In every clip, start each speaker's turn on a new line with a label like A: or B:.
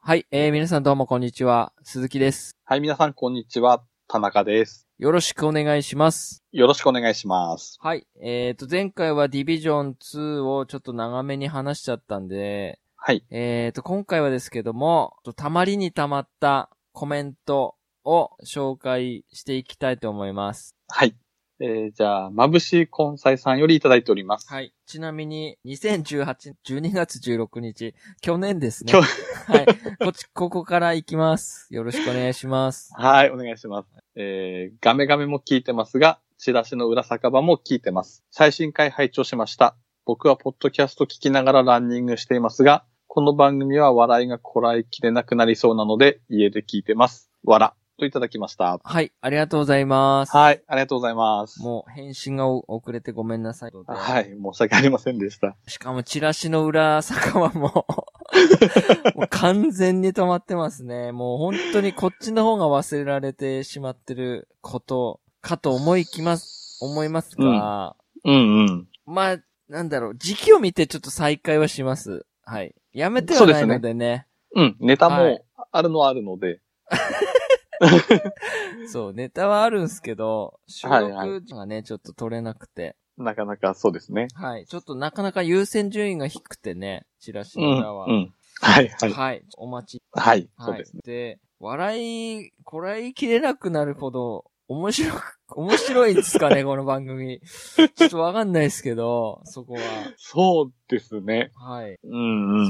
A: はい、えー、皆さんどうもこんにちは。鈴木です。
B: はい、皆さん、こんにちは。田中です。
A: よろしくお願いします。
B: よろしくお願いします。
A: はい、えーと、前回はディビジョン2をちょっと長めに話しちゃったんで、
B: はい。
A: えーと、今回はですけども、たまりにたまったコメントを紹介していきたいと思います。
B: はい。えー、じゃあ、眩しい根菜さんよりいただいております。
A: はい。ちなみに、2018、12月16日、去年ですね。
B: 去
A: はい。こっち、ここから行きます。よろしくお願いします。
B: はい、お願いします。えー、ガメガメも聞いてますが、チラシの裏酒場も聞いてます。最新回拝聴しました。僕はポッドキャスト聞きながらランニングしていますが、この番組は笑いがこらえきれなくなりそうなので、家で聞いてます。わら。といただきました。
A: はい。ありがとうございます。
B: はい、ありがとうございます。
A: もう返信が遅れてごめんなさい。
B: はい、申し訳ありませんでした。
A: しかもチラシの裏坂はも う、もう完全に止まってますね。もう本当にこっちの方が忘れられてしまってることかと思いきます、思いますが、
B: うんうん。
A: まあ、なんだろう、時期を見てちょっと再開はします。はい。やめてはないのでね。
B: うん、ネタ
A: はい
B: もあるのはあるので、
A: そうネタはあるんすけど、収
B: はいはい
A: 録がね、ちょっと取れなくて。
B: なかなかそうですね。
A: はい。ちょっとなかなか優先順位が低くてね、チラシ
B: う
A: の
B: ん。
A: 裏は。
B: うん。はい、はい。
A: はい。お待ち。
B: はい、
A: はい。
B: そうですね。
A: で、笑い、こらえきれなくなるほど、面白く、 面白いです かね、この番組。ちょっとわかんないですけど、そこ
B: そうですね。
A: は。はい。
B: うん
A: そ
B: う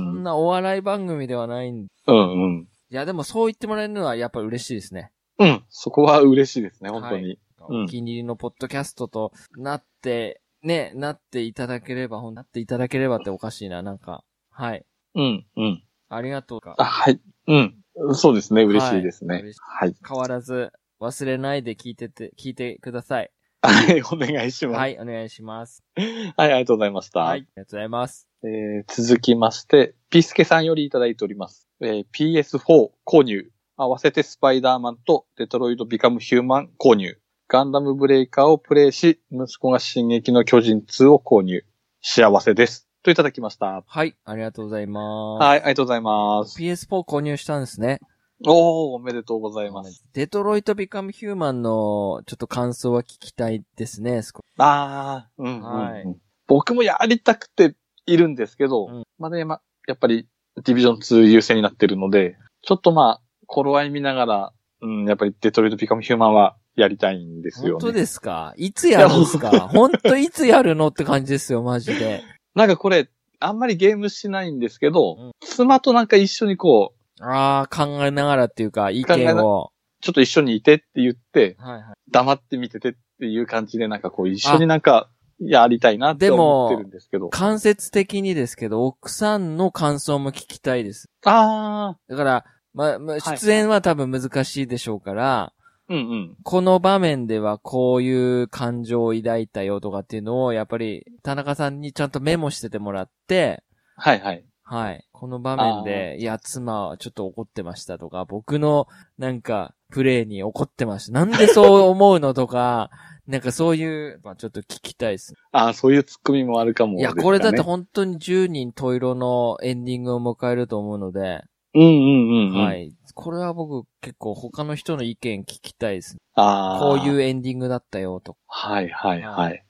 B: んん。
A: なお笑い番組ではないん
B: うんうん。
A: いや、でもそう言ってもらえるのはやっぱ嬉しいですね。
B: うん。そこは嬉しいですね、本当に。うん
A: お気に入りのポッドキャストとなって、ね、なっていただければ、ほんなっていただければっておかしいな、なんか。はい。
B: うん、うん。
A: ありがとうか。
B: あ、はい。うん。そうですね、嬉しいです
A: はい
B: ね。はい。
A: 変わらず、忘れないで聞いてて、聞いてください。
B: はい、お願いします。は、
A: はいい、お願いします。
B: ありがとうございました。
A: はい。ありがとうございます。
B: えー続きまして、ピスケさんよりいただいております。えー PS4 購入。合わせてスパイダーマンとデトロイドビカムヒューマン購入。ガンダムブレイカーをプレイし、息子が進撃の巨人2を購入。幸せです。といただきました。
A: はい、ありがとうございます。
B: はい、ありがとうございます。
A: PS4 購入したんですね。
B: おー、おめでとうございます。
A: デトロイト・ビカム・ヒューマンの、ちょっと感想は聞きたいですね、少し
B: あー、うんうんうん、
A: はい
B: 僕もやりたくているんですけど、
A: うん
B: まだ、ま、やっぱりディビジョン2優先になってるので、ちょっとまあ、頃合い見ながら、うん、やっぱりデトロイト・ビカム・ヒューマンはやりたいんですよね。
A: 本当ですかいつやるんですか本当いつやるのって感じですよ、マジで。
B: なんかこれ、あんまりゲームしないんですけど、
A: うん
B: 妻となんか一緒にこう、
A: ああ、考えながらっていうか、意見 を。
B: ちょっと一緒にいてって言って、
A: はいは
B: 黙って見ててっていう感じでなんかこう一緒になんかやりたいなって思ってるんですけど。
A: 間接的にですけど、奥さんの感想も聞きたいです。
B: ああ、
A: だから、まあ、まあ、
B: はい
A: 出演は多分難しいでしょうから、
B: うんうん。
A: この場面ではこういう感情を抱いたよとかっていうのを、やっぱり、田中さんにちゃんとメモしててもらって、
B: はいはい。
A: はい。この場面で、いや、妻はちょっと怒ってましたとか、僕の、なんか、プレイに怒ってました。なんでそう思うのとか、 なんかそういう、まあちょっと聞きたいですね。
B: ああ、そういうツッコミもあるかも、
A: いや、これだって
B: ですかね、
A: 本当に10人十色のエンディングを迎えると思うので、
B: うんうんうん、うん。
A: はい。これは僕結構他の人の意見聞きたいですね。
B: ああ。
A: こういう
B: う。
A: エンディングだったよとか。
B: はいはい
A: は
B: はい。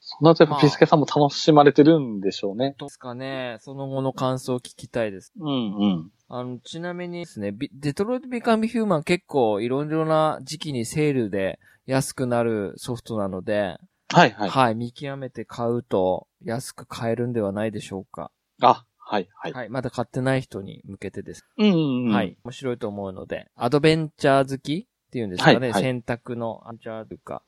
B: その後やっ
A: まあ
B: ぱピスケさんも楽しまれてるんでしょうね。
A: どうですかね、その後の感想を聞きたいです。
B: うんうん。
A: あの、ちなみにですね、ビデトロイトビカムヒューマン結構いろいろな時期にセールで安くなるソフトなので、
B: はいは
A: はいい、。見極めて買うと安く買えるんではないでしょうか。
B: あ、はいは
A: はいい、。まだ買ってない人に向けてです。
B: うんうんうん。
A: はい。。面白いと思うので、アドベンチャー好きっていうんですかね、
B: はいはい
A: 選択のアンチャーというか、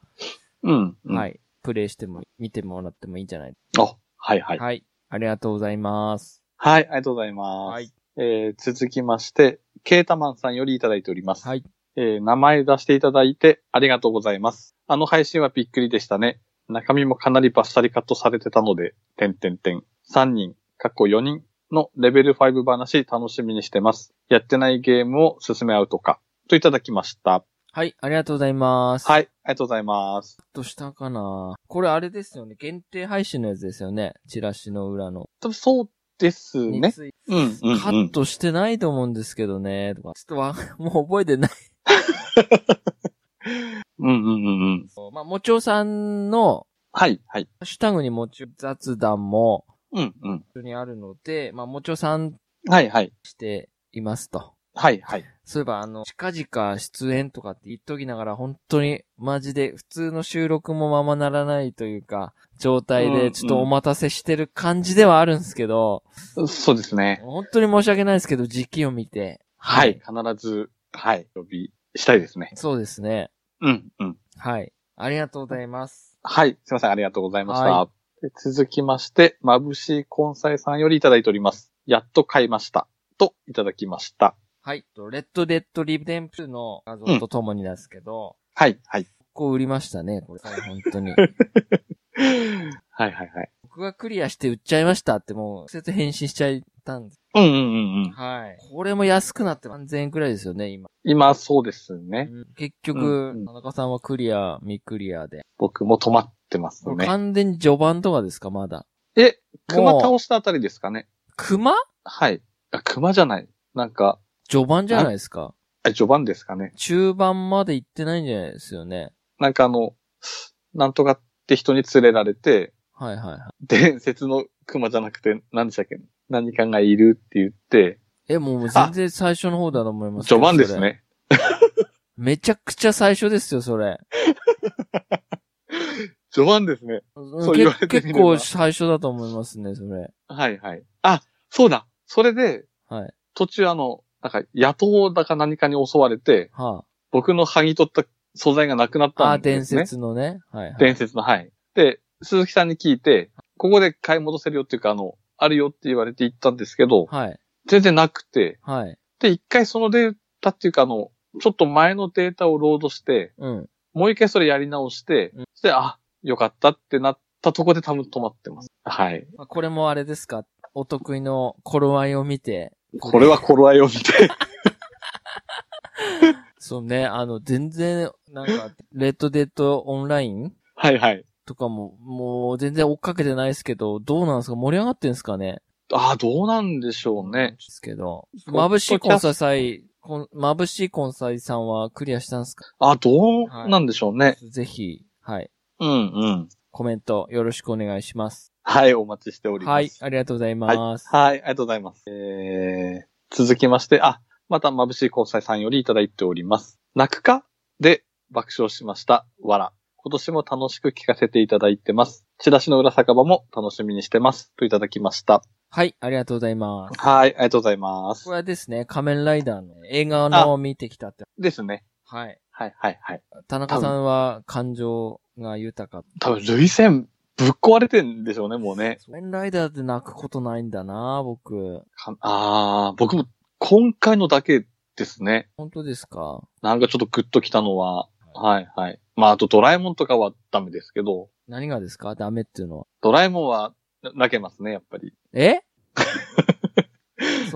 B: うん、うん。
A: は。い。プレイしても、見てもらってもいいんじゃない
B: あ、はいはい。
A: はい。ありがとうございます。
B: はい、ありがとうございます。
A: はい。
B: えー続きまして、ケータマンさんよりいただいております。
A: はい。
B: えー名前出していただいてありがとうございます。あの配信はびっくりでしたね。中身もかなりバッサリカットされてたので、点点点。3人、かっこ4人のレベル5話楽しみにしてます。やってないゲームを進め合うとか。といただきました。
A: はい。ありがとうございます。
B: はい、ありがとうございます。
A: ちょっとしたかなこれあれですよね。限定配信のやつですよね。チラシの裏の。
B: 多分そうです
A: に
B: ね。
A: ついて、
B: うん、うん、
A: カ
B: う
A: ッ
B: ん。
A: トしてないと思うんですけどね、とか。ちょっとわ、 もう覚えてない。
B: うん、うん、うんうん。
A: まあ、もちおさんの、
B: はい、はい。
A: ハッシュタグにもちお雑談も、
B: うん、うん。
A: 一緒にあるので、まあ、もちおさん
B: はい、はい。
A: していますと。
B: はい、はい。
A: そういえば、あの、近々出演とかって言っときながら、本当に、マジで、普通の収録もままならないというか、状態
B: うんう
A: で、
B: ん
A: ちょっとお待たせしてる感じではあるんですけど、
B: そうですね。
A: 本当に申し訳ないですけど、時期を見て。
B: はい。。必ず、はい。呼びしたいですね。
A: そうですね。
B: うん、うん。
A: はい。ありがとうございます。
B: はい。すいません。ありがとうございました。
A: は
B: で続きまして、眩しい根菜さんよりいただいております。やっと買いました。と、いただきました。
A: はい。とレッドデッドリデンプの画像とともになんですけど、
B: はい、はい。
A: こう売りましたね、これ。はい本 当に。
B: はい、はい、はい。
A: 僕がクリアして売っちゃいましたってもう、直接返信しちゃったんです。
B: うん、うん、うん、うん。
A: はい。これも安くなって3000円くらいですよね、今。
B: 今、そうですね。
A: 結局、
B: うん
A: 田中さんはクリア、未クリアで。
B: 僕も止まってます
A: これ
B: ね。
A: 完全に序盤とかですか、まだ。
B: え、熊
A: もう
B: 倒したあたりですかね。
A: 熊
B: はい。あ、熊じゃない。なんか、
A: 序盤じゃないですか。
B: あ序盤ですかね。
A: 中盤まで行ってないんじゃないですよね。
B: なんかあの、なんとかって人に連れられて、
A: はいはいはい。
B: 伝説の熊じゃなくて、何でしたっけ何かがいるって言って、
A: え、もう全然最初の方だと思いますけ
B: 序
A: ど。
B: 盤です
A: それ。
B: ね。
A: めちゃくちゃ最初ですよ、それ。
B: 序盤ですね。
A: うん
B: 言われ
A: け
B: てみれば
A: 結構最初だと思いますね、それ。
B: はいはい。あ、そうだ。それで、
A: はい。
B: 途中あの、なんか野党だか何かに襲われて、
A: は
B: 僕の剥ぎ取った素材がなくなっ
A: あ。あ
B: た
A: あ、
B: んで
A: 伝
B: すね。
A: 説のね。はい、はい。
B: 伝説の、はい。で、鈴木さんに聞いて、ここで買い戻せるよっていうか、あの、あるよって言われて行ったんですけど、
A: はい。
B: 全然なくて、
A: はい。
B: で、一回そのデータっていうか、あの、ちょっと前のデータをロードして、
A: うん。
B: もう一回それやり直して、
A: うん
B: して、あ、よかったってなったとこで多分止まってます。はい。
A: まあこれもあれですかお得意の頃合いを見て。
B: これは頃合いを見て。
A: そうね、あの、全然、なんか、 レッドデッドオンライン
B: はいはい。
A: とかも、もう全然追っかけてないですけど、どうなんですか盛り上がってんですかね
B: ああ、どうなんでしょうね
A: で。すけど。
B: ポッドキ
A: 眩
B: ャスト
A: しいコンササイ、こん眩しいコンサイさんはクリアしたんですか
B: あどうなんでしょうね。
A: ぜひ、はい。
B: うんうん。
A: コメントよろしくお願いします。
B: はい、お待ちしております。
A: はい、ありがとうございます。
B: はい、ありがとうございます。えー、続きまして、あ、また眩しい交際さんよりいただいております。泣くかで爆笑しました。わら。今年も楽しく聞かせていただいてます。チラシの裏酒場も楽しみにしてます。といただきました。
A: はい、ありがとうございます。
B: はい、ありがとうございます
A: これ。はですね、仮面ライダーの映画のを見てきたって。
B: ですね。
A: はい。
B: はい、はい、はい。
A: 田中さんは感情が豊か。
B: 多分、類線ぶっ壊れてんでしょうね、もうね。
A: 仮面ライダーで泣くことないんだな僕。
B: かあー、僕も今回のだけですね。
A: 本当ですか
B: なんかちょっとグッときたのは、はい、はい。まあ、あとドラえもんとかはダメですけど、
A: 何がですかダメっていうのは。
B: ドラえもんはな泣けますね、やっぱり。
A: え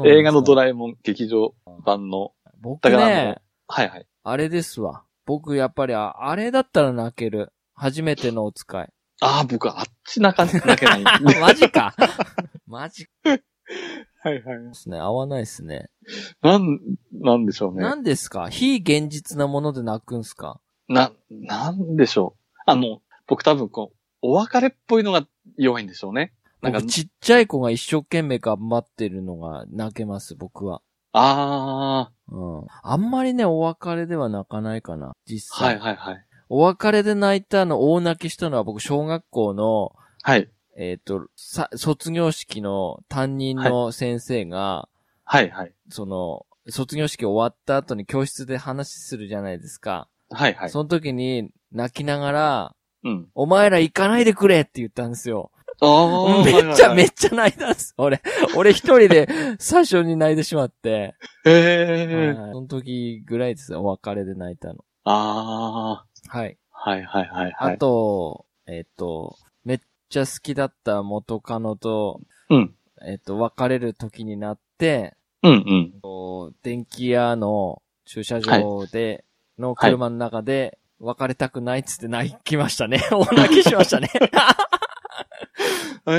B: 映画のド
A: イ
B: ラえもん劇場版の。
A: 僕
B: だからあ
A: ね
B: の、、はいはい。
A: あれですわ。僕やっぱりあ、あれだったら泣ける。初めてのお使 い。
B: ああ、僕あっち泣か泣けないんで。
A: マジか マジで
B: はいはい。
A: すね。合わないですね。
B: なん、なんでしょうね。
A: 何ですか非現実なもので泣くんすか
B: な、なんでしょう。あの、僕多分こう、お別れっぽいのが弱いんでしょうね。なんか
A: 僕、ちっちゃい子が一生懸命頑張ってるのが泣けます、僕は。
B: あ
A: うん。あんまりね、お別れでは泣かないかな、実
B: あ、は
A: 際。
B: いはいはい。
A: お別れで泣いたの、大泣きしたのは僕、小学校の、
B: はい。
A: えっ、と、さ、卒業式の担任の先生が、
B: はいはい。
A: その、卒業式終わった後に教室で話するじゃないですか。
B: はいはい。
A: その時に泣きながら、
B: うん。
A: お前ら行かないでくれって言ったんですよ。
B: ああ、
A: めっちゃめ
B: っち
A: っちゃ泣いたんです。俺、俺一人で最初に泣いてしまって。
B: ゃ。ええ
A: はいその時ぐらいです。お別れで泣いたの。
B: ああ、
A: はい。
B: はいはいはいは
A: あ
B: い。
A: と、えっ、と、めっちゃ好きだった元カノと、
B: うん。
A: えっ、と、別れる時になって、
B: うんうん。
A: こう電気屋の駐車場で、の車の中 で、別れたくないっつって泣きましたね。大泣きしましたね。
B: え
A: あ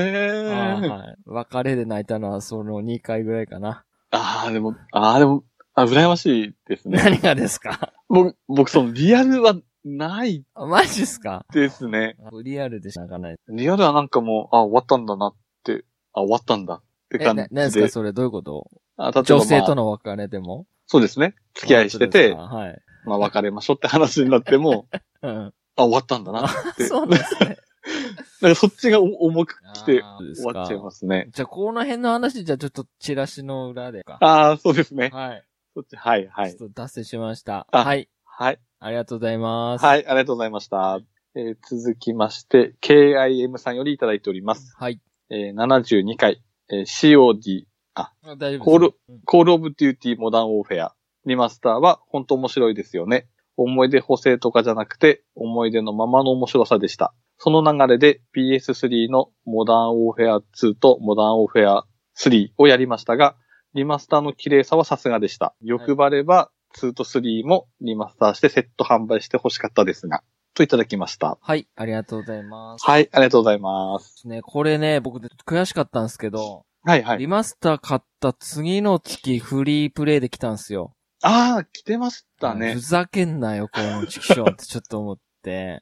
B: ー
A: ーはい。別れで泣いたのはその2回ぐらいかな。
B: ああ、でも、ああ、でも、あ羨ましいですね。
A: 何がですか
B: 僕、僕、その、リアルはない
A: マジっすか
B: ですね。
A: リアルで泣かない。
B: リアルはなんかもう、あ終わったんだなって、あ終わったんだって
A: え、
B: 感じ
A: な
B: で。
A: 何ですかそれどういうこと
B: あ例えば
A: 女性
B: まあ
A: との別れでも
B: そうですね。付き合いしてて、
A: あそうです
B: まあ別れましょうって話になっ ても、
A: かはい。
B: あ、終わったんだなっ
A: う
B: て。
A: ん。そうですね。
B: なんかそっちが重く来て
A: あー
B: 終わっちゃいますね。
A: じゃあ、この辺の話、じゃあちょっとチラシの裏でか。
B: ああ、そうですね。
A: はい。
B: そっち、はい、はい
A: ち。ょっと脱線しました。
B: あ
A: はい。
B: はい。
A: ありがとうございます。。
B: はいい、ありがとうございました。えー続きまして、KIM さんよりいただいております。
A: はい。
B: えー72回、えー COD、
A: あ大丈夫です。
B: コール
A: うん、
B: コールオブデューティーモダンオーフェア、リマスターは本当面白いですよね。思い出補正とかじゃなくて、思い出のままの面白さでした。その流れで PS3 のモダンオーフェア2とモダンオーフェア3をやりましたが、リマスターの綺麗さはさすがでした。欲張れば2と3もリマスターしてセット販売して欲しかったですが、といただきました。
A: はい。ありがとうございます。
B: はい、ありがとうございます。
A: ね、これね、僕悔しかったんですけど、
B: はいはい。
A: リマスター買った次の月フリープレイできたんですよ。
B: ああ、来てました
A: ふ
B: ね。
A: ざけんなよ、このチキションってちょっと思って、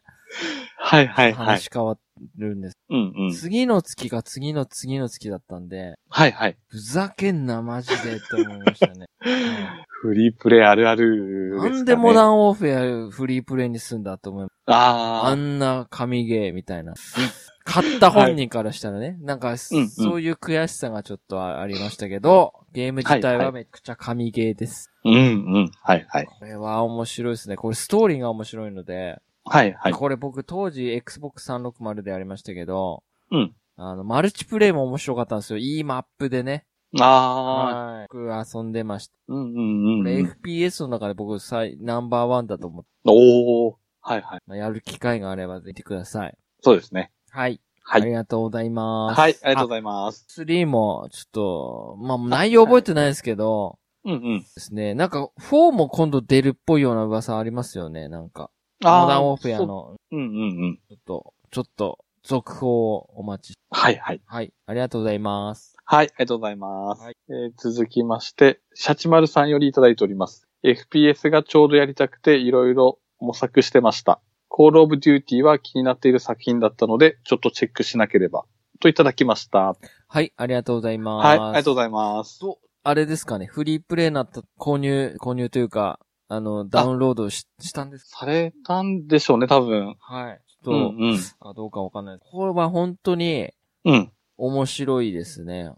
B: はいはいはい。
A: 話変わるんです。
B: うんうん。
A: 次の月が次の次の月だったんで、
B: はいはい。
A: ふざけんな、マジでって思いました ね。うん
B: フリープレイあるあるですか、
A: な
B: ね。
A: んでモダンオフェアフリープレイにすんだと思います
B: あ
A: あ
B: ー
A: んな神ゲーみたいな。買った本人からしたらね、なんか、
B: うん
A: そういう悔しさがちょっとありましたけど、ゲーム自体
B: はいは
A: はいめっちゃ神ゲーです。
B: うんうん。はいはい。
A: これは面白いですね。これストーリーが面白いので、
B: はいはい。
A: これ僕当時 Xbox 360でやりましたけど、
B: うん
A: あの、マルチプレイも面白かったんですよ。いいマップでね。
B: ああ。
A: はい僕遊んでました。
B: うんう
A: こ
B: んうん
A: れ
B: うん。
A: FPS の中で僕最、ナンバーワンだと思って、
B: おー。はいはい。
A: まあやる機会があれば見てください。
B: そうですね。
A: はい。
B: は
A: あり
B: い。
A: がとうございます。
B: はい、ありがとうございます。
A: 3も、ちょっと、まあ、内容覚えてないですけど、
B: うんうん。
A: ですね。なんか、4も今度出るっぽいような噂ありますよね、なんか。モ
B: あー
A: ダンオフェア。の、
B: そううんうんうん。
A: ちょっと、ちょっと、続報をお待ち。
B: はいはい。
A: はい。ありがとうございます。
B: はい、ありがとうございます。
A: はい
B: えー続きまして、シャチマルさんよりいただいております。FPS がちょうどやりたくていろいろ模索してました。コールオブデューティーは気になっている作品だったので、ちょっとチェックしなければ。といただきました。
A: はい。ありがとうございます。
B: はい、ありがとう
A: う
B: ございます。
A: と、あれですかね。フリープレイになった、購入、購入というか、あの、ダウンロードししたんですか
B: されたんでしょうね、多分。
A: はい。ち
B: う
A: ょっ
B: んうん。
A: と、あどうかわかんないです。これは本当に、
B: うん。
A: 面白いですね。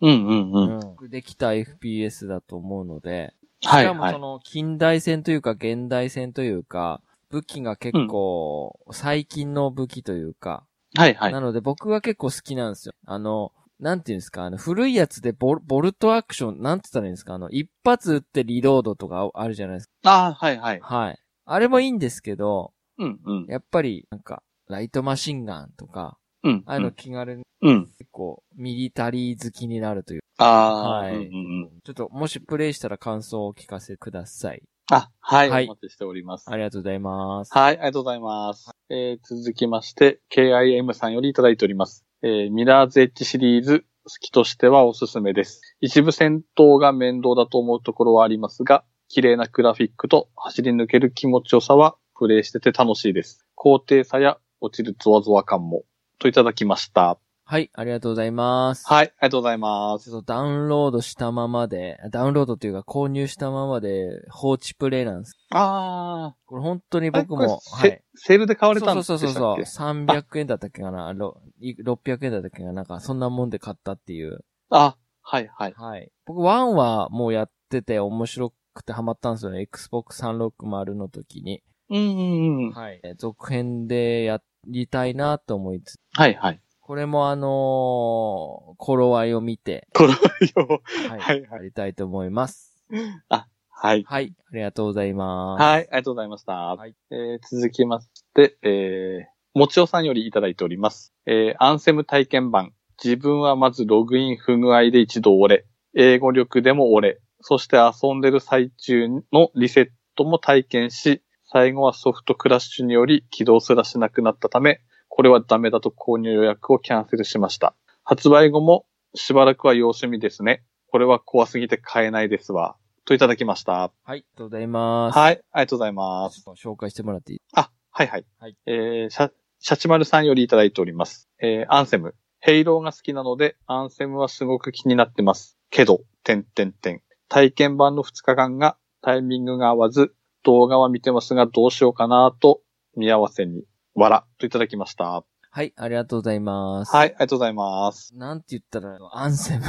B: うんうんうん。
A: 本当に。できた FPS だと思うので、
B: は
A: し
B: い
A: かも
B: は
A: そ
B: い。
A: の近代戦というか現代戦というか、武器が結構最近の武器というか、
B: はいはい
A: な。ので僕は結構好きなんですよ。あの、なんていうんですか、あの古いやつでボルボルトアクション、なんて言ったらいいんですか、あの、一発撃ってリロードとかあるじゃないです
B: ああ、はいはい。
A: か。はい。あれもいいんですけど、
B: うんうん。
A: やっぱりなんか、ライトマシンガンとか、
B: うん。
A: ああいうの気軽に
B: うん。
A: 結構ミリタリー好きになるという。
B: ああ、
A: はい
B: うんうんうん。
A: ちょっともしプレイしたら感想をお聞かせください。
B: あ、はい。
A: はい
B: お待ちしております。
A: ありがとうございます。
B: はい、ありがとうございます。えー続きまして、KIM さんよりいただいております。えーミラーズエッジシリーズ、好きとしてはおすすめです。一部戦闘が面倒だと思うところはありますが、綺麗なグラフィックと走り抜ける気持ちよさは、プレイしてて楽しいです。高低差や落ちるゾワゾワ感も、といただきました。
A: はい、ありがとうございます。
B: はい、ありがとうございます
A: ち。ょっとダウンロードしたままで、ダウンロードというか購入したままで放置プレイなんです。
B: あー。
A: これ本当に僕
B: あれ
A: も、
B: こ
A: は
B: れセ
A: い。
B: セールで買われたんでし
A: そ
B: た
A: う
B: っけ
A: そうそうそう。300円だったっけかなろい ?600 円だったっけかななんか、そんなもんで買ったっていう。
B: あ、はいはい。
A: はい。僕、1はもうやってて面白くてハマったんですよね。Xbox 360の時に。
B: うんうんうん。
A: はい。え続編でやりたいなと思いつつ。
B: はいはい。
A: これもあのー、頃合いを見て、
B: このよ
A: はい。
B: はいはい
A: やりたいと思います。
B: はい。
A: はい。ありがとうございます。
B: はい、ありがとうございました。
A: はい
B: えー続きまして、えー、もちおさんよりいただいております。えー、アンセム体験版。自分はまずログイン不具合で一度折れ、英語力でも折れ、そして遊んでる最中のリセットも体験し、最後はソフトクラッシュにより起動すらしなくなったため、これはダメだと購入予約をキャンセルしました。発売後もしばらくは様子見ですね。これは怖すぎて買えないですわ。といただきました。
A: はい、ありがとうございます。。
B: はいい、ありがとうございます。
A: 紹介してもらっていい
B: あ、はいはい。
A: はい
B: えー、シャ、シャチマルさんよりいただいております。えー、アンセム。ヘイローが好きなので、アンセムはすごく気になってます。けど、点点点。体験版の2日間がタイミングが合わず、動画は見てますがどうしようかなと、見合わせに、わら、といただきました。
A: はい、ありがとうございます。
B: はい、ありがとうございます。
A: なんて言ったら、アンセム。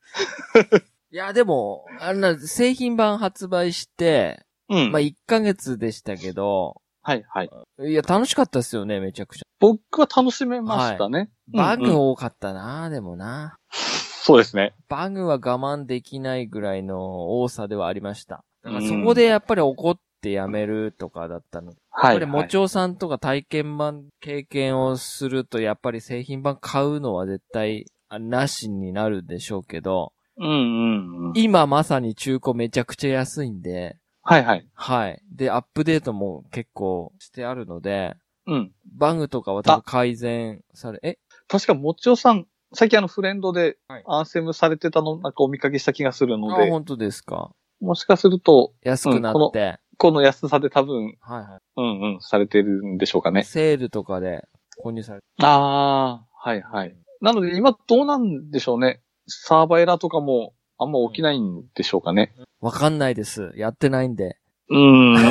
A: いや、でも、あれな、製品版発売して、
B: うん。
A: まあ、1ヶ月でしたけど、
B: はい、はい。
A: いや、楽しかったですよね、めちゃくちゃ。
B: 僕は楽しめましたね。
A: バ
B: うん
A: グ
B: うん
A: 多かったな、でもな。
B: そうですね。
A: バグは我慢できないぐらいの多さではありました。だから
B: うん
A: そこでやっぱり怒ってやめるとかだったの。
B: は
A: や
B: い、
A: っぱりもちおさんとか体験版経験をすると、やっぱり製品版買うのは絶対、あなしになるでしょうけど、
B: うん、うんうん。
A: 今まさに中古めちゃくちゃ安いんで、
B: はい、はい。
A: はい。で、アップデートも結構してあるので、
B: うん。
A: バグとかは多分改善され、え
B: 確か、もちおさん、最近あの、フレンドで
A: はい、
B: アンセムされてたの、なんかお見かけした気がする
A: あ、
B: ので、
A: 本当ですか
B: もしかすると、
A: 安くな
B: うん
A: っ
B: こ
A: て、
B: この安さで多分、
A: はいは
B: うんうん、されてるんでしょうか
A: い。
B: ね。
A: セールとかで購入され
B: ああ、はいはい。なので、今どうなんでしょうね。サーバーエラーとかも、あんま起きないんでしょうかね。
A: わかんないです。やってないんで。
B: うー ん、な、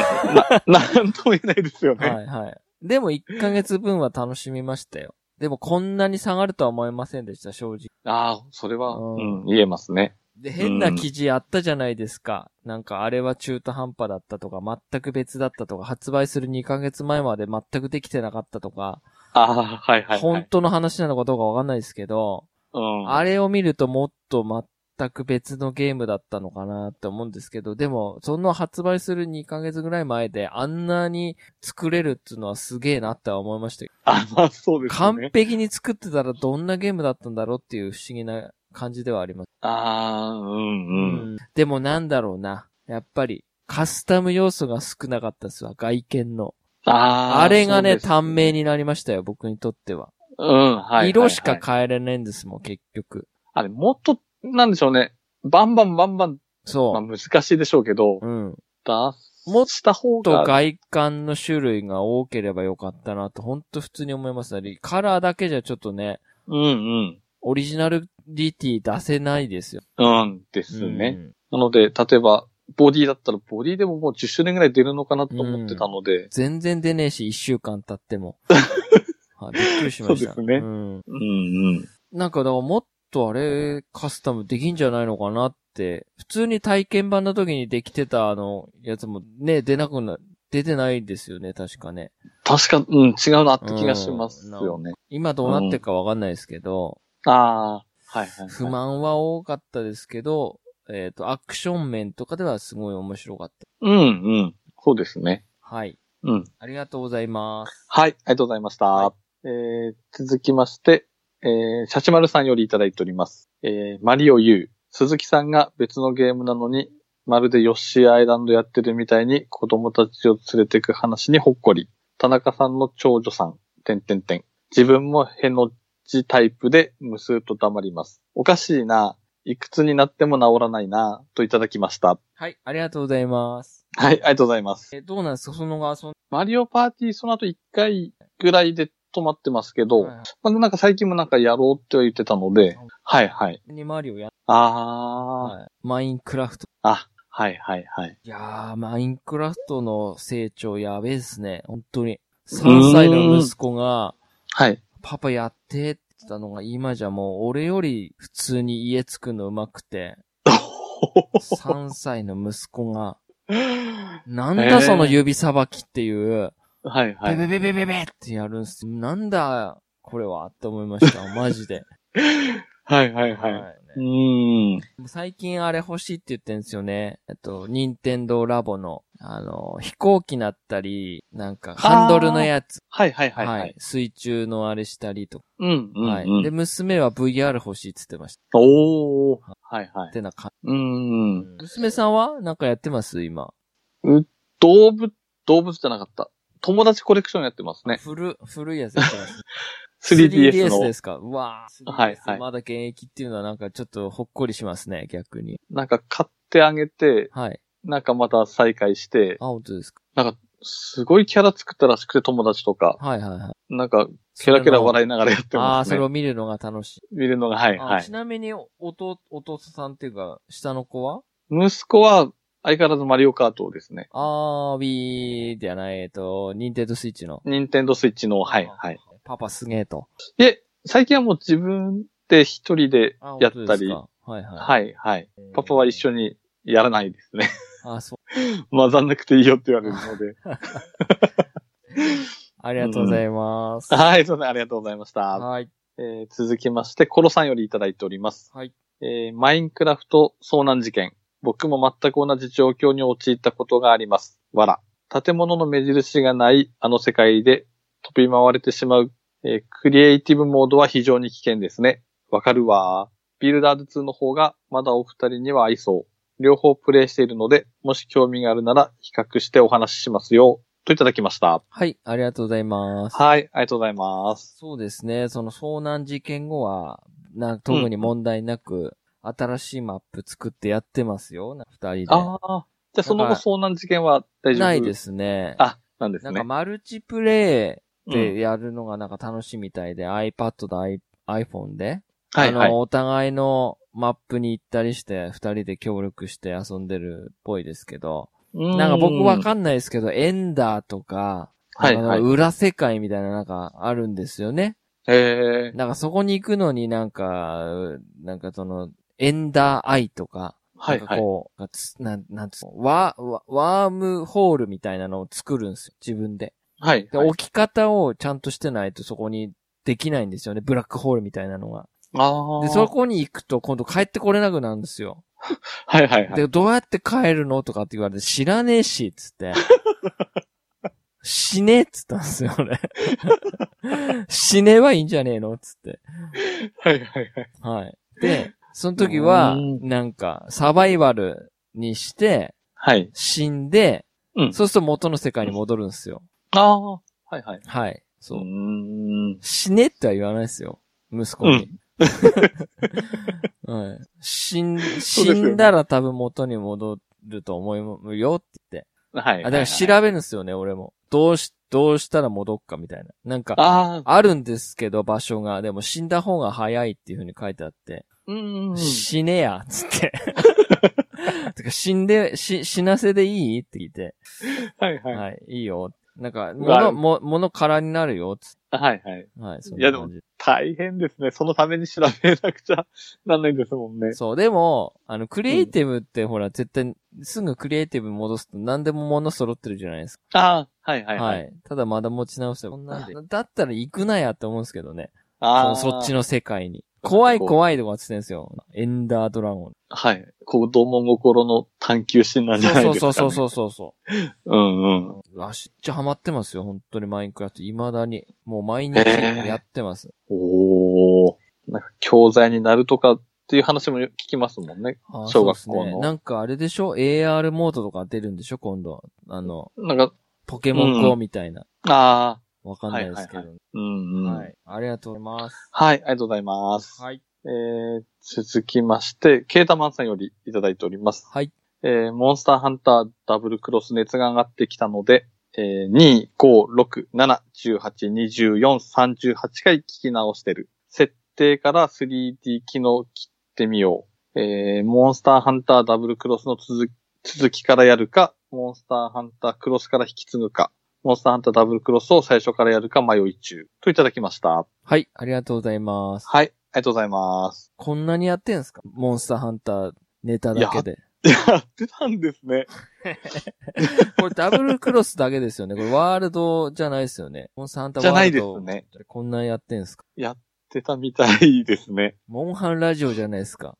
B: なんとも言えないですよね。
A: はいはい。でも1ヶ月分は楽しみましたよ。でもこんなに下がるとは思いませんでした、正直。
B: ああ、それは、
A: う
B: うんん、言えますね。
A: で、変な記事あったじゃないですか。なんかあれは中途半端だったとか、全く別だったとか、発売する2ヶ月前まで全くできてなかったとか、
B: ああ、はいはい、は
A: 本
B: い。
A: 当の話なのかどうかわかんないですけど、
B: うん。
A: あれを見るともっと全く別のゲームだったのかなって思うんですけど、でも、その発売する2ヶ月ぐらい前であんなに作れるっていうのはすげえなって思いましたよ
B: あまあ、そうですよ
A: 完
B: ね。
A: 璧に作ってたらどんなゲームだったんだろうっていう不思議な感じではあります。
B: ああ、うんうん。
A: うんでもなんだろうな。やっぱり、カスタム要素が少なかったですわ、外見の。
B: あ
A: あ
B: あ。
A: れがね、
B: 短
A: 短
B: 命
A: 命になりましたよ、僕にとっては。
B: うん、はい。
A: 色しか
B: はいはい
A: 変えれないんですもん、結局。
B: あれ、もっと、なんでしょうね。バンバンバンバン、まあ
A: そ
B: 難しいでしょうけど
A: う。、うん。もっ
B: 出した方
A: と
B: が、
A: 外観の種類が多ければよかったなと、ほんと普通に思いますね。カラーだけじゃちょっとね、
B: うんうん。
A: オリジナルリティ出せないですよ。
B: うんですね。なので、例えば、ボディだったら、ボディでももう10周年ぐらい出るのかなと思ってたので、
A: 全然出ねえし、一週間経って も。はいびっくりしました。
B: そうですね
A: ん
B: うんうん。
A: なんか、だからもっとあれ、カスタムできんじゃないのかなって、普通に体験版の時にできてたあの、やつもね、出なくな、出てないですよね、確かね。
B: 確か、うん、違うなって気がしますよね。
A: 今どうなってるかわかんないですけど、
B: ああ、はいはい、
A: 不
B: はい。
A: 満は多かったですけど、えっ、と、アクション面とかではすごい面白かっ
B: うんうん。そうですね。
A: た。はい。
B: うん。
A: ありがとうございます。
B: はい、ありがとうございました。
A: は
B: えー、続きまして、えー、シャチマルさんよりいただいております。えー、マリオ U。鈴木さんが別のゲームなのに、まるでヨッシーアイランドやってるみたいに子供たちを連れてく話にほっこり。田中さんの長女さん、てんてんてん。自分もへの字タイプで無数と黙ります。おかしいな。いくつになっても治らないな、といただきました。
A: はい。ありがとうございます。
B: はい、ありがとうございます。
A: え、どうなんですかその後遊ん
B: マリオパーティーその後1回ぐらいで止まってますけど、
A: はいはい
B: まあ、なんか最近もなんかやろうっては言ってたので、はいはい。
A: にマリオやっ
B: あー、
A: はいマインクラフト。
B: あ、はいはいはい。
A: いやー、マインクラフトの成長やべえですね。本当に。3歳の息子が、
B: はい。
A: パパやってって言ったのが今じゃもう俺より普通に家つくの上手くて、3歳の息子 が、なんだその指さばきっていう、
B: はい
A: ベ
B: はい。
A: ベベベベベってやるんすよ。なんだ、これはって思いました。マジで。
B: はい はいはい。うーん。
A: 最近あれ欲しいって言ってんですよね。えっと、任天堂ラボの、あの、飛行機なったり、なんか、ハンドルのやつ。
B: はいはいはいはい。
A: 水中のあれしたりとか。
B: うんうん、うん
A: はい。で、娘は VR 欲しいって言ってました。
B: おー。はいは
A: っ
B: い。
A: てな感
B: うーん。
A: じ。娘さんはなんかやってます今。
B: 動物、動物じゃなかった。友達コレクションやってますね。
A: 古、古いやつやって ます。
B: 3DS の
A: 3DS ですかうわぁ。
B: はいはい
A: 3DS まだ現役っていうのはなんかちょっとほっこりしますね、逆に。
B: なんか買ってあげて、
A: はい。
B: なんかまた再会して、
A: あ、本当ですか。
B: すごいキャラ作ったらしくて友達とか、
A: はいはいはい。
B: なんかケラケラ笑いながらやって
A: ああ
B: ま
A: ー、
B: す
A: それ
B: ね。
A: を見るのが楽しい。
B: 見るのが、はい
A: あ
B: は
A: ち
B: い。
A: なみに、弟、弟さんっていうか、下の子は
B: 息子は相変わらずマリオカートをですね。
A: あー、Wii じゃない、えっと、ニンテンドスイッチの。
B: ニンテンドスイッチの、はいはい。。
A: パパすげえと。
B: で、最近はもう自分で一人で
A: あ
B: やった
A: 本
B: り、。
A: 当ですかはいはい。
B: はいはい。パパは一緒にやらないですね。
A: に。あ、そう。
B: 混ざんなくていいよって言われるの で。
A: ありがとうございます。
B: はい、すいません、ありがとうございました。
A: はい。
B: えー続きまして、コロさんよりいただいております。
A: はい。
B: えーマインクラフト遭難事件。僕も全く同じ状況に陥ったことがあります。わら。建物の目印がないあの世界で飛び回れてしまう、えークリエイティブモードは非常に危険ですね。わかるわー。ビルダーズ2の方がまだお二人には合いそう。両方プレイしているので、もし興味があるなら比較してお話ししますよ。といただきました。
A: はい、ありがとうございます。
B: はい、ありがとうございます。
A: そうですね、その遭難事件後は、な特に問題なく、新しいマップ作ってやってますよ、な二人で。
B: ああ。じゃあその後遭難事件は大丈夫
A: ないですね。
B: あ、なんです
A: な
B: ね。
A: んかマルチプレイ
B: うん
A: でやるのがなんか楽しいみたいで、iPad と i- iPhone で、
B: はい、は
A: あ
B: い
A: の、。お互いのマップに行ったりして、二人で協力して遊んでるっぽいですけど、な
B: なん
A: か僕わ
B: ん
A: かんないですけど、エンダーとか、
B: はい、
A: なんか
B: はい。
A: 裏世界みたいななんかあるんですよね。
B: えー、
A: なんかそこに行くのになんか、うなんかその、エンダーアイとか、
B: はい、
A: なんか
B: はい。
A: こう、つなん、なんつうのワワワームホールみたいなのを作るんですよ、自分で。
B: はい、
A: で、
B: はい。
A: 置き方をちゃんとしてないとそこにできないんですよね、ブラックホールみたいなのが。
B: ああ。
A: で、そこに行くと今度帰ってこれなくなるんですよ。
B: はい、はい、はい。
A: で、どうやって帰るのとかって言われて、知らねえし、つって。死ねえっつったんですよ、俺。死ねばいいんじゃねえのつって。
B: はい、はい、はい。
A: はい。で、その時は
B: う、ん
A: なんか、サバイバルにして、
B: はい。
A: 死んで、
B: うん
A: そうすると元の世界に戻るんですよ。
B: ああ。はい、はい。
A: はい。
B: う
A: そう。
B: ーん。
A: 死ねっては言わないですよ。息子に。 はい。死ん、
B: う
A: 死
B: ですよね
A: んだら多分元に戻ると思うよって言って。
B: はい。
A: あ、だから調
B: ん。
A: べるんですよね、俺も。どうし、どうしたら戻っかみたいな。なんか、
B: ああ。
A: あるんですけど、場所が。でも死んだ方が早いっていう風に書いてあって。
B: うーん。
A: 死ねや、つ って。てか死んで、し、死なせでいいって聞いて。
B: はい、はい。
A: はい、いいよ。なんか、
B: わ
A: 物、も、物空になるよ、つっ
B: はい、はい。
A: て。はい、そん
B: いや
A: な
B: でも
A: 感じ。
B: 大変ですね。そのために調べなくちゃなんないですもんね。
A: そう、でも、あの、クリエイティブってほら、絶対、すぐクリエイティブに戻すと何でも物揃ってるじゃないですか。
B: ああ。はい、はい、
A: は
B: はい。
A: い。ただまだ持ち直して、こんなんでだったら行くなやって思うんですけどね。
B: ああ。
A: そのそっち。の世界に。怖い怖いとかって言ってんですよ。エンダードラゴン。
B: はい。子供心の探求心なんじゃない
A: そ
B: で
A: う
B: すか、
A: そう
B: ね。
A: そうそうそうそう。
B: う。うん、うん。
A: わしっちゃハマってますよ、本当にマインクラフト。未だに。もう毎日
B: へー
A: やってます。
B: おお。なんか教材になるとかっていう話も聞きますもんね。
A: あー
B: 小学校
A: そうですね。
B: の
A: なんかあれでしょ ?AR モードとか出るんでしょ今度。あの、
B: なんか、
A: ポケモン GO みたいな。
B: ああ、
A: わ、かんないですけど、
B: は
A: はいい
B: うん、うん。はい。
A: ありがとうございます。
B: ありがとうございます。
A: はい。
B: えー、続きまして、ケータマンさんよりいただいております。
A: はい。
B: えー、モンスターハンターダブルクロス熱が上がってきたので、えー、2、5、6、7、18、24、38回聞き直してる。設定から 3D 機能切ってみよう。えー、モンスターハンターダブルクロスの続き続きからやるか、モンスターハンタークロスから引き継ぐか、モンスターハンターダブルクロスを最初からやるか迷い中。といただきました。
A: はい、ありがとうございます。
B: はい、ありがとうございます。
A: こんなにやってんすかモンスターハンターネタだけで。
B: やってたんですね。
A: これダブルクロスだけですよね。これワールドじゃないですよね。モンスターハンター
B: じゃ
A: ワ
B: な
A: ー
B: い
A: ル
B: で
A: ド。
B: すね。
A: こんなやってんすか
B: やってたみたいですね。
A: モンハンラジオじゃないですか。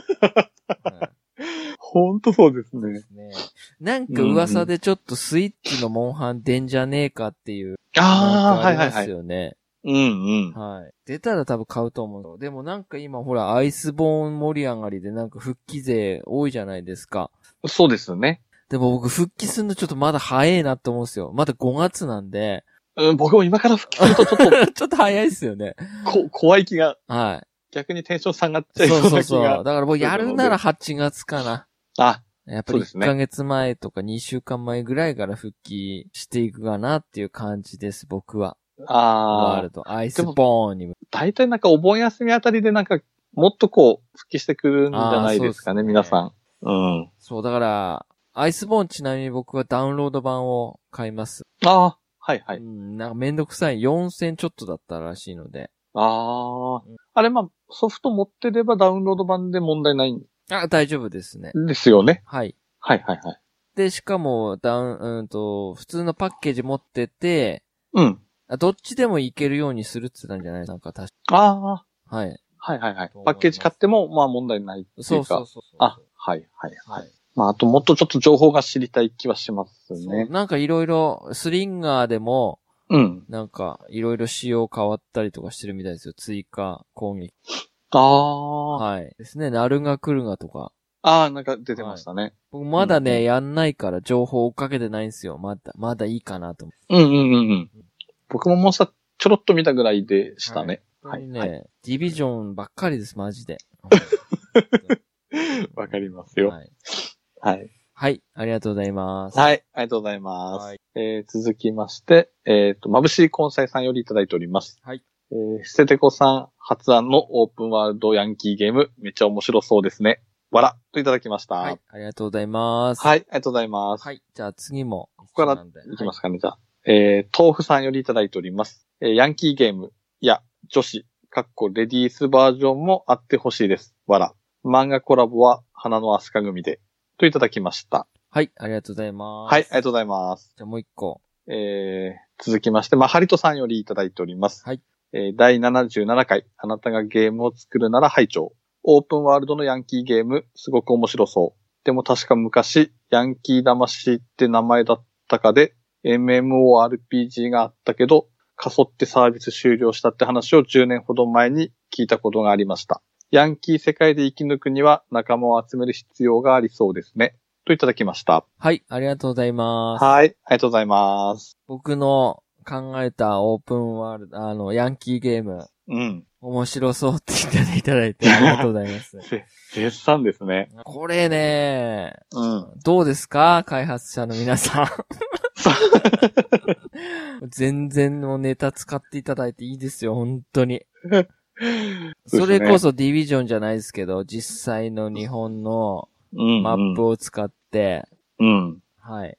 A: はい
B: ほんとそうですね。
A: ねなんか噂でちょっとスイッチのモンハン出んじゃねえかっていう。
B: ああ、は
A: なん
B: い
A: か
B: は
A: り
B: い
A: ま
B: は
A: す
B: い。
A: よね。
B: うんうん。
A: はい。出たら多分買うと思う。でもなんか今ほら、アイスボーン盛り上がりでなんか復帰勢多いじゃないですか。
B: そうですね。
A: でも僕復帰するのちょっとまだ早いなって思うんですよ。まだ5月なんで、
B: うん、僕も今から復帰するとちょっ
A: ちょっと早いですよね。
B: と こ怖い気が、
A: は
B: 逆にテンション下がっちゃ
A: い。
B: い
A: そ
B: そうう
A: そう
B: な気
A: そう。だ
B: が。
A: からもうやるなら8月かな。
B: あ、
A: やっぱ
B: そ
A: り
B: うです
A: 1
B: ね
A: ヶ月前とか2週間前ぐらいから復帰していくかなっていう感じです、僕は。ワー
B: ああ
A: ル、ド、アイスボーンに。
B: 大体なんかお盆休みあたりでなんか、もっとこう、復帰してくるんじゃないですかね、
A: あーそうですね
B: 皆さん。うん。
A: そう、だから、アイスボーンちなみに僕はダウンロード版を買います。。
B: ああ、はいはいう
A: ん、なんかめんどくさい。4000ちょっとだったらしいので。
B: ああ
A: うん。
B: あれ、まあ、ソフト持ってればダウンロード版で問題ないん
A: あ、大丈夫ですね。
B: ですよね。
A: はい。
B: はいはいはい。
A: で、しかも、ダウン、うんと、普通のパッケージ持ってて、
B: うん。
A: あどっちでもいけるようにするって言ったんじゃないなんか確
B: ああ。
A: か。はい。
B: はいはいはい
A: と思います。
B: パッケージ買っても、まあ問題ないっていうか。
A: そうそうそうそう。
B: あ、はいはいは。
A: はいい。
B: まあ、あともっとちょっと情報が知りたい気はします
A: そう
B: ね。
A: なんかいろいろ、スリンガーでも、
B: うん。
A: なんかいろいろ仕様変わったりとかしてるみたいですよ。追加、攻撃。
B: ああ。
A: はい。ですね。ナルが来るがとか。
B: ああ、なんか出てましたね。
A: 僕まだね、
B: うんうん
A: やんないから情報追っかけてないんですよ。まだ、まだいいかなと思って。
B: うんうんうんうん。僕もモンスターちょろっと見たぐらいでしたね。
A: 本当にね、
B: はい
A: ディビジョンばっかりです、マジで。
B: わかります よ。
A: はい。
B: はい。
A: はい、ありがとうございます。
B: はい。ありがとうございます。
A: はい
B: えー続きまして、えっ、と、眩しい根菜さんよりいただいております。
A: はい。
B: えー、ステテコさん発案のオープンワールドヤンキーゲーム、めっちゃ面白そうですね。わらといただきました。
A: は
B: はいい。。
A: ありがとうございます。
B: ありがとうございます。
A: はい。じゃあ次も。こ
B: こからいきますかね、じゃあ。えー、豆腐さんよりいただいております。えー、ヤンキーゲーム、いや、女子、かっこレディースバージョンもあってほしいです。わら。漫画コラボは、花のアスカ組で。といただきました。
A: はい。ありがとうございます。
B: はい、ありがとうございます。
A: じゃあもう一個。
B: えー、続きまして、まあ、ハリトさんよりいただいております。
A: はい。
B: えー、第77回、あなたがゲームを作るなら拝聴オープンワールドのヤンキーゲーム、すごく面白そう。でも確か昔、ヤンキー魂って名前だったかで、MMORPG があったけど、かそってサービス終了したって話を10年ほど前に聞いたことがありました。ヤンキー世界で生き抜くには仲間を集める必要がありそうですね。といただきました。
A: はい。ありがとうございます。
B: はい、ありがとうございます。
A: 僕の考えたオープンワールド、あの、ヤンキーゲーム、
B: うん。
A: 面白そうって言っていただいて、ありがとうござい ます。
B: 絶賛ですね。
A: これね、
B: うん。
A: どうですか開発者の皆さん。全然のネタ使っていただいていいですよ、本当に。それこそディビジョンじゃないですけど、実際の日本の
B: うん、
A: マップを使って、
B: うん。
A: はい。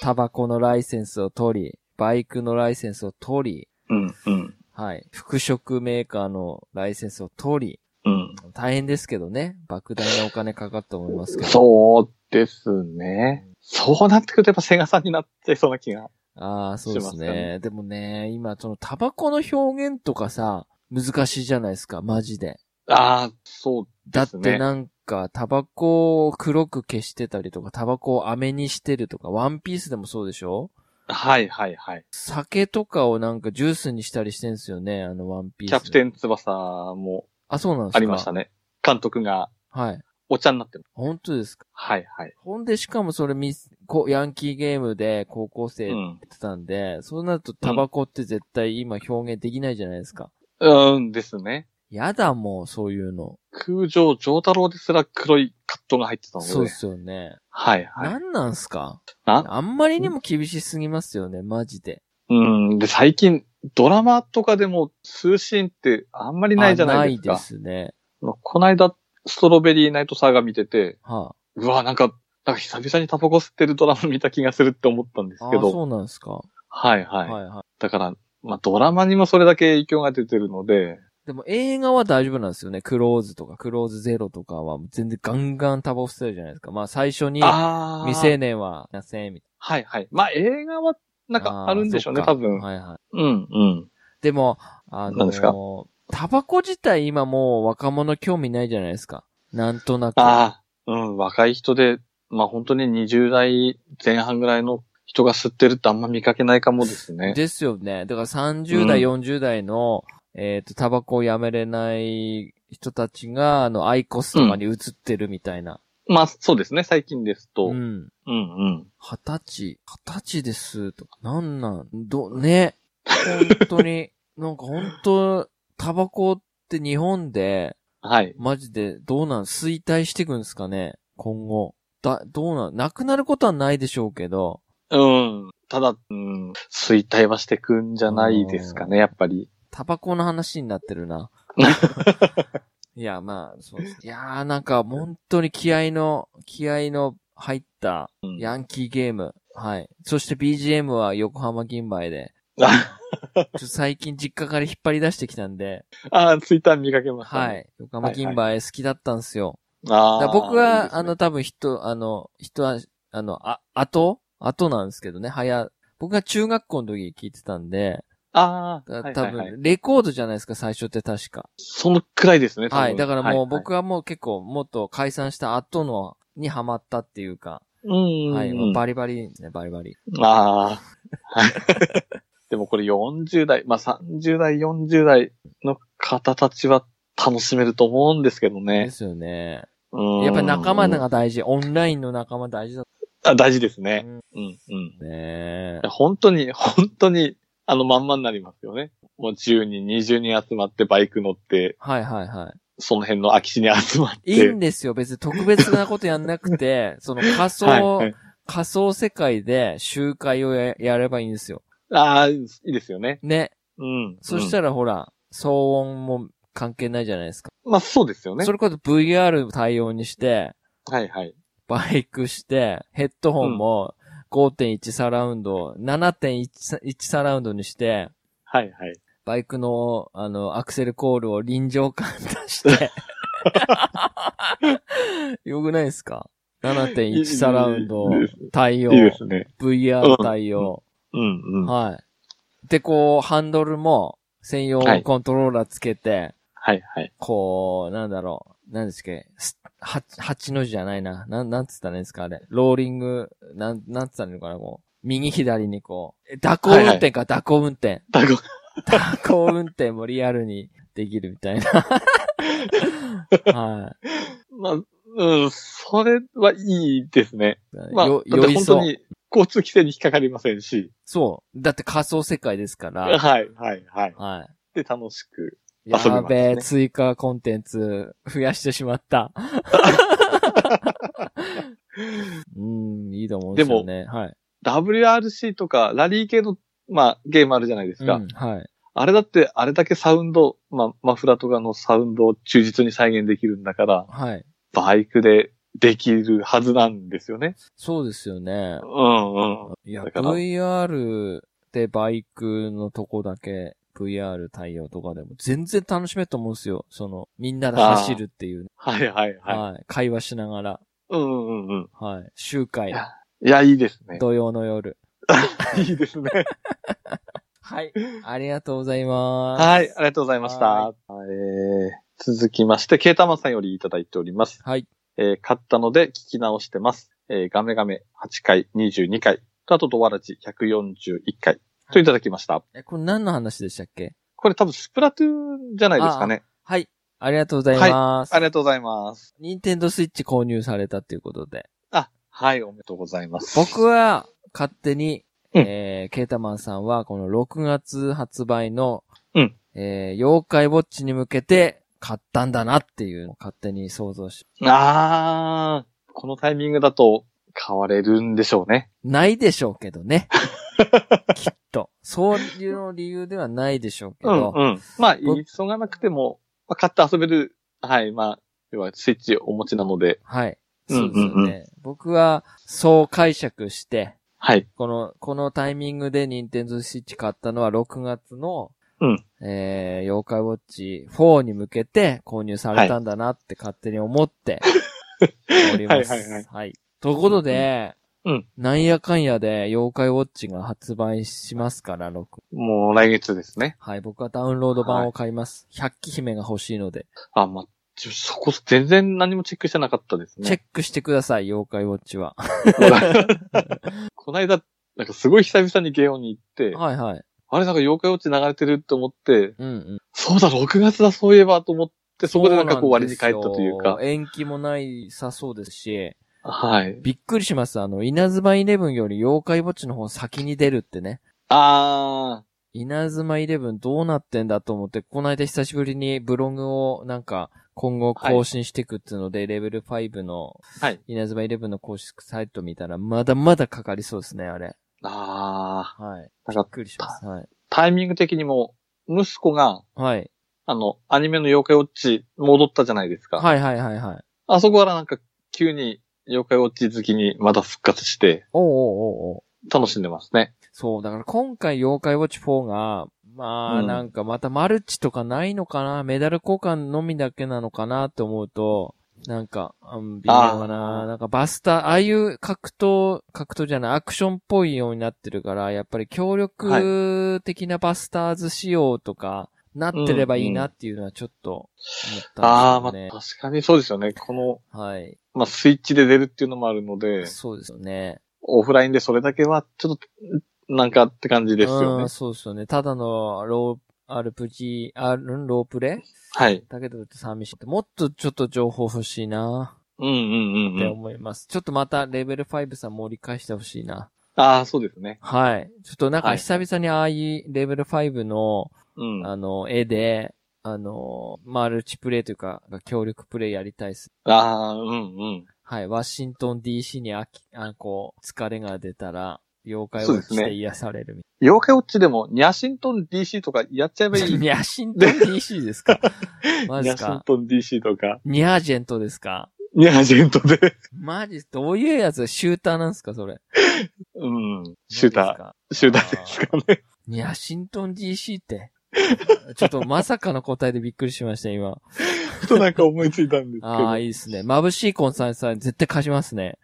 A: タバコのライセンスを取り、バイクのライセンスを取り、
B: うん。うん。
A: はい。服飾メーカーのライセンスを取り、
B: うん。
A: 大変ですけどね。莫大なお金かかったと思いますけど。
B: そうですね。そうなってくるとやっぱセガさんになっちゃいそうな気が。
A: ああ、そうです
B: しますか
A: ね。
B: ね
A: でもね、今、そのタバコの表現とかさ、難しいじゃないですか、マジで。
B: ああ、そう
A: だ
B: で
A: っ
B: すね
A: てなんか、タバコを黒く消してたりとか、タバコを飴にしてるとか、ワンピースでもそうでしょ
B: はいはいはい。
A: 酒とかをなんかジュースにしたりしてんすよね、あのワンピー
B: キ
A: ス。
B: ャプテ
A: ン。
B: ン翼も
A: あ、そうなんですか
B: ありました
A: ね。
B: ね。監督が
A: はい。
B: お茶になってる。
A: 本当ですか。
B: はいはい。
A: ほんで、しかもそれミス、こうヤンキーゲームで高校生
B: う
A: や
B: ん。
A: ってたんで、そうなるとタバコって絶対今表現できないじゃないですか。
B: うんですね。
A: やだもう、そういうの。
B: 空城城太郎ですら黒いカットが入ってたので。
A: そうですよね。
B: はいはい。
A: なんなんすか
B: な、
A: あんまりにも厳しすぎますよね、マジで。
B: うん。で、最近、ドラマとかでも、通信ってあんまりないじゃないですか。
A: あないですね。
B: この間、ストロベリーナイトサーガ見てて、
A: は
B: うわ、なんか、なんか久々にタバコ吸ってるドラマ見た気がするって思ったんです
A: あ、あ
B: け
A: ー
B: ど、
A: そうなんですか。は
B: はい
A: い
B: はい。
A: はい。
B: だから、まあドラマにもそれだけ影響が出てるので、
A: でも映画は大丈夫なんですよね。クローズとか、クローズゼロとかは全然ガンガンタバコ吸ってるじゃないですか。まあ最初に
B: あ
A: 未成年は、なせん、みたい
B: はいはい。まあ映画は、なん
A: あ
B: か
A: ー
B: あるんでしょうね、
A: そっか
B: 多分。
A: はいはい。
B: うんうん。
A: でも、あ
B: 何
A: の
B: ですか
A: ー、タバコ自体今もう若者興味ないじゃないですか。なんとなく。
B: ああ、うん、若い人で、まあ本当に20代前半ぐらいの人が吸ってるってあんま見かけないかもですね。
A: ですよね。だから30代、40代の、えっ、と、タバコをやめれない人たちが、あの、アイコスとかに移ってるみたいな。
B: まあ、そうですね。最近ですと。う、
A: うんん。
B: うん、
A: 二十歳、二十歳ですとか、なんなん、ど、ね。本当に、 なんか本当、タバコって日本で、
B: はい。
A: マジでどうなん、衰退していくんですかね今後。だ、どうなん、なくなることはないでしょうけど、
B: うん。ただ、うん、衰退はしてくんじゃないですかね、やっぱり。
A: タバコの話になってる な。いや、まあ、そうです。いやー、なんか本当に気合の、気合の入った
B: うん
A: ヤンキーゲーム。はい。そして BGM は横浜銀杯で。
B: あ
A: ちょっと最近実家から引っ張り出してきたんで、
B: あ、ツイッター見かけました、
A: は。い。横浜銀杯好きだったんですよ。
B: あ
A: だ
B: あ。
A: から僕
B: いい
A: は、
B: ですね
A: あの、、多分人、あの、人は、あの、あ、後後なんですけどね、早、僕が中学校の時に聞いてたんで、
B: ああ、
A: だ
B: はい
A: 多
B: はいはい
A: 分、レコードじゃないですか、最初って確か。
B: そのくらいですね、多分
A: はい。だからもう
B: はい
A: 僕はもう結構、もっと解散した後の、にハマったっていうか、
B: うん。
A: はい。
B: うん
A: バリバリですね、バリバリ。
B: ああ。はい。 でもこれ40代、まあ、30代、40代の方たちは楽しめると思うんですけど
A: で
B: ね。
A: すよね。
B: うん
A: やっぱ仲間が大事。オンラインの仲間大事だ
B: あ大事ですね。
A: ね。
B: うん、うん。
A: ね
B: 本当に、本当に、あのまんまになりますよね。もう10人、20人集まってバイク乗って、
A: はいはいはい。
B: その辺の空き地に集まって。
A: いいんですよ。別に特別なことやんなくて、 その仮想、
B: はい、はい。
A: 仮想世界で集会をややればいいんですよ。
B: ああ、いいですよね。
A: ね。
B: うん。
A: そしたらほら、騒音も関係ないじゃないですか。
B: うんまあそうですよね
A: そ。れこそ VR 対応にして、
B: はいはい。
A: バイクして、ヘッドホンも5.1サラウンド、7.1サ1サラウンドにして、
B: はいはい。
A: バイクの、あの、アクセルコールを臨場感出 して。よくないですか ?7.1 サラウンド
B: いいです
A: 対応
B: いい、ですね。
A: VR 対応。
B: うんうん。は
A: はい。で、こう、ハンドルも専用
B: はい
A: コントローラーつけて、
B: いはい。
A: こう、なんだろう、なんですっけ、すは、八の字じゃないな。なん、なんつったらいいんですか、あれ。ローリング、なん、なんつったらいいのかな、こう。右左にこう。え蛇行運転か、蛇行運転。
B: だご
A: 蛇行運転もリアルに できるみた いな。は
B: まあ、うん、それはいいですね。
A: い。
B: まあ、だっ
A: よ、
B: て
A: より
B: 本当
A: そう。
B: に交通規制に引っかかりませんし。
A: そう。だって仮想世界です から。
B: はい、はい、はい。
A: はい。
B: で、楽しく。
A: や
B: 遊びますね
A: ーべえ、追加コンテンツ増やしてしま った。 うん、いいと思うんですよね。はい。
B: WRC とか、ラリー系の、まあ、ゲームあるじゃないですか。
A: うん、はい。
B: あれだって、あれだけサウンド、まあ、マフラとかのサウンドを忠実に再現できるんだから、
A: はい。
B: バイクでできるはずなんですよね。
A: そうですよね
B: う。んうん。
A: いや、
B: だから
A: VR でバイクのとこだけ VR 対応とかでも全然楽しめると思うんですよ。その、みんなで走るっていう、
B: はいはいは
A: はい。会話しながら、
B: い。うんうんうん。
A: はい。集会
B: い、やいや、いいですね。
A: 土曜の夜。
B: いい ですね。
A: はい。ありがとうございます。
B: はい、ありがとうございました
A: は。
B: えー続きまして、ケータマンさんよりいただいております。
A: はい。
B: えー買ったので聞き直してます。えーガメガメ8回、22回、とあとドワラジ141回、といただきました。
A: え、これ何の話でしたっけ
B: これ多分スプラトゥーンじゃないですかね。
A: はい。ありがとうございます。
B: ありがとうございます。
A: ニンテンドースイッチ購入されたということで。
B: あ、はい、おめでとうございます。
A: 僕は、勝手に、
B: うん
A: えー、ケータマンさんは、この6月発売の、
B: うん
A: えー、妖怪ウォッチに向けて、買ったんだなっていうのを勝手に想像し、
B: あー、このタイミングだと買われるんでしょうね。
A: ないでしょうけど ね。きっと。そういうの理由ではないでしょうけ
B: うん
A: ど。
B: うん。まあ、
A: 僕
B: 急がなくても、まあ、買って遊べる、はい、まあ、要はスイッチお持ちなので、
A: はい。
B: うん
A: そ
B: うんう
A: うんですよね。僕は、そう解釈して、
B: はい。
A: この、このタイミングで任天堂 Switch 買ったのは6月の、
B: うん
A: えー、妖怪ウォッチ4に向けて購入されたんだなって勝手に思って、おります。
B: はいはいはい
A: ということで、
B: うんうん
A: なんやかんやで妖怪ウォッチが発売しますから、6。
B: もう来月ですね。
A: はい、僕はダウンロード版を買います。100機姫が欲しいので、
B: あ、まあ、ちょそこ全然何もチェックしてなかったです
A: チェ
B: ね
A: ッ。クしてください、妖怪ウォッチは。
B: この間、なんかすごい久々にゲオに行って、
A: はいはい。
B: あれなんか妖怪ウォッチ流れてるって思って、
A: うんうん。
B: そうだ、6月だ、そういえばと思っで、そこでなんかこう割に帰ったという
A: そな
B: か
A: んで。すよ延期もないさそうですし、
B: はい。
A: びっくりします。あの、稲妻イレブンより妖怪墓地の方先に出るってね。
B: あ
A: 稲妻イレブンどうなってんだと思って、この間久しぶりにブログをなんか今後更新していくっていうので、レベル5の
B: ー。はい。
A: 稲妻イレブンの公式サイト見たら、まだまだかかりそうですね、あれ。
B: ああ。
A: はい。
B: なん
A: びっ
B: か
A: くりします。はい。
B: タイミング的にも、息子が、
A: はい。
B: あの、アニメの妖怪ウォッチ戻ったじゃないですか。
A: はいはいはいはい。
B: あそこからなんか急に妖怪ウォッチ好きにまた復活して
A: おうおうおうおう
B: 楽しんでますね。
A: そう、だから今回妖怪ウォッチ4が、まあ、
B: うん
A: なんかまたマルチとかないのかな、メダル交換のみだけなのかなって思うと、なんか、うん、微妙か
B: あー
A: な。なんかバスター、ああいう格闘、格闘じゃない、アクションっぽいようになってるから、やっぱり協力的なバスターズ仕様とか、なってればいいなっていうのはちょっと思った
B: ああ、
A: んで
B: ます
A: よね
B: あ、。確かにそうですよね。この、
A: はい。
B: まあ、スイッチで出るっていうのもあるので、
A: そうですよね。
B: オフラインでそれだけは、ちょっと、なんかって感じですよ
A: う
B: ね
A: ん、。そうですよね。ただのロー、RPG、あんロープレイ
B: はい。
A: だけど、寂しいって、もっとちょっと情報欲しいな
B: うんうんうん
A: っ
B: う
A: て
B: ん。
A: 思います。ちょっとまたレベル5さん盛り返してほしいな。
B: ああ、そうですね。
A: はい。ちょっとなん
B: は
A: か
B: い
A: 久々にああいうレベル5の、
B: うん。あ
A: あの、絵で、あの、マルチプレイというか、協力プレイやりたいです。
B: あー、うんうん。
A: はい。ワシントン DC に飽き、あこう、疲れが出たら、妖怪を
B: そうで
A: 落
B: す
A: ち
B: ね
A: て癒されるみ
B: 妖怪ウォッチでも、ニャシントン DC とかやっちゃえば
A: た
B: い
A: いな。
B: い。
A: ニャシントン DC です かマジ
B: ニ
A: です
B: ャシン
A: か
B: トン DC とか、
A: ニャージェントですか
B: ニャージェントで、
A: マジ、どういうやつシューターなんですかそれ。
B: うん、シュータ
A: ー。
B: ー、シューターですかね。
A: いや、シントン DC って。ちょっとまさかの答えでびっくりしました、 今。
B: ふとなんか思いついたんですけど。
A: ああ、いいですね。眩しいコンサイさん、絶対貸します ね。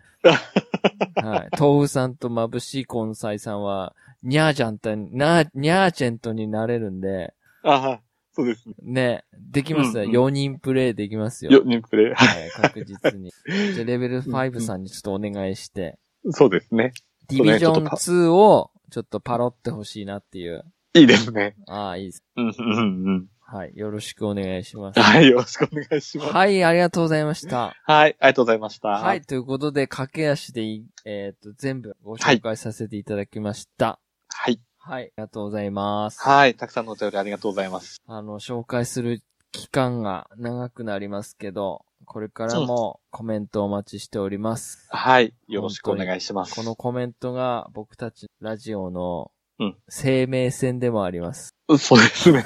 A: はい。豆腐さんと眩しいコンサイさんは、ニャージャンと、な、ニャージェントになれるんで、
B: ああ、そうですね。
A: ね、できますね。
B: うんうん
A: 4人プレイできますよ。
B: よ、ニンプレ
A: はい、確実に。じゃあ、レベル5さんにちょっとお願いして、
B: イ。そうですね。
A: デ
B: そ
A: ィ
B: うね
A: ビジョン
B: ちょっとパ
A: 2を、ちょっとパロってほしいなっていう。
B: いいですね。
A: ああ、いいです。
B: うん、うん、うん。
A: はい。よろしくお願いします。
B: はい、よろしくお願いします。
A: はい、ありがとうございました。
B: はい、ありがとうございました。
A: はい、。ということで、駆け足でい、えっ、と、全部ご紹介させていただきました。
B: はい。
A: はい、ありがとうございます。
B: はい、たくさんのお便りありがとうございます。
A: あの、紹介する期間が長くなりますけど、これからもコメントお待ちしております。
B: はい、よろしくお願いします。
A: このコメントが僕たちラジオの
B: うん
A: 生命線でもあります。
B: そうですね。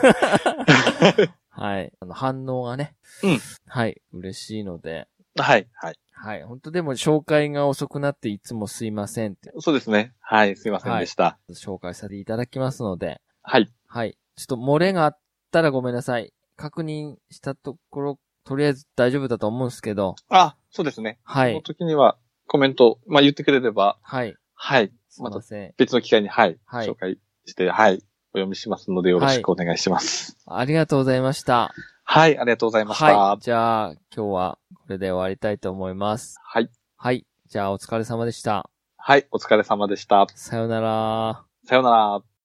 A: はい。あの反応がね。
B: うん
A: はい。嬉しいので。
B: はい、はい。
A: はい。本当でも紹介が遅くなっていつもすいませんって
B: そうですね。はい、すいませんでした。
A: 紹介させていただきますので、
B: はい。
A: はい。ちょっと漏れがあったらごめんなさい。確認したところ、とりあえず大丈夫だと思うんですけど、
B: あ、そうですね。
A: は
B: その
A: い。
B: 時にはコメント、まあ、言ってくれれば、
A: はい。
B: はい、
A: すいません。
B: 別の機会に、はい、
A: はい
B: 紹介して、はい、お読みしますのでよろしくお願いします。
A: ありがとうございました。
B: はい、ありがとうございました。
A: はい。じゃあ、今日はこれで終わりたいと思います。
B: はい、
A: はい。じゃあ、お疲れ様でした。
B: はい、お疲れ様でした。
A: さようなら。
B: さようなら。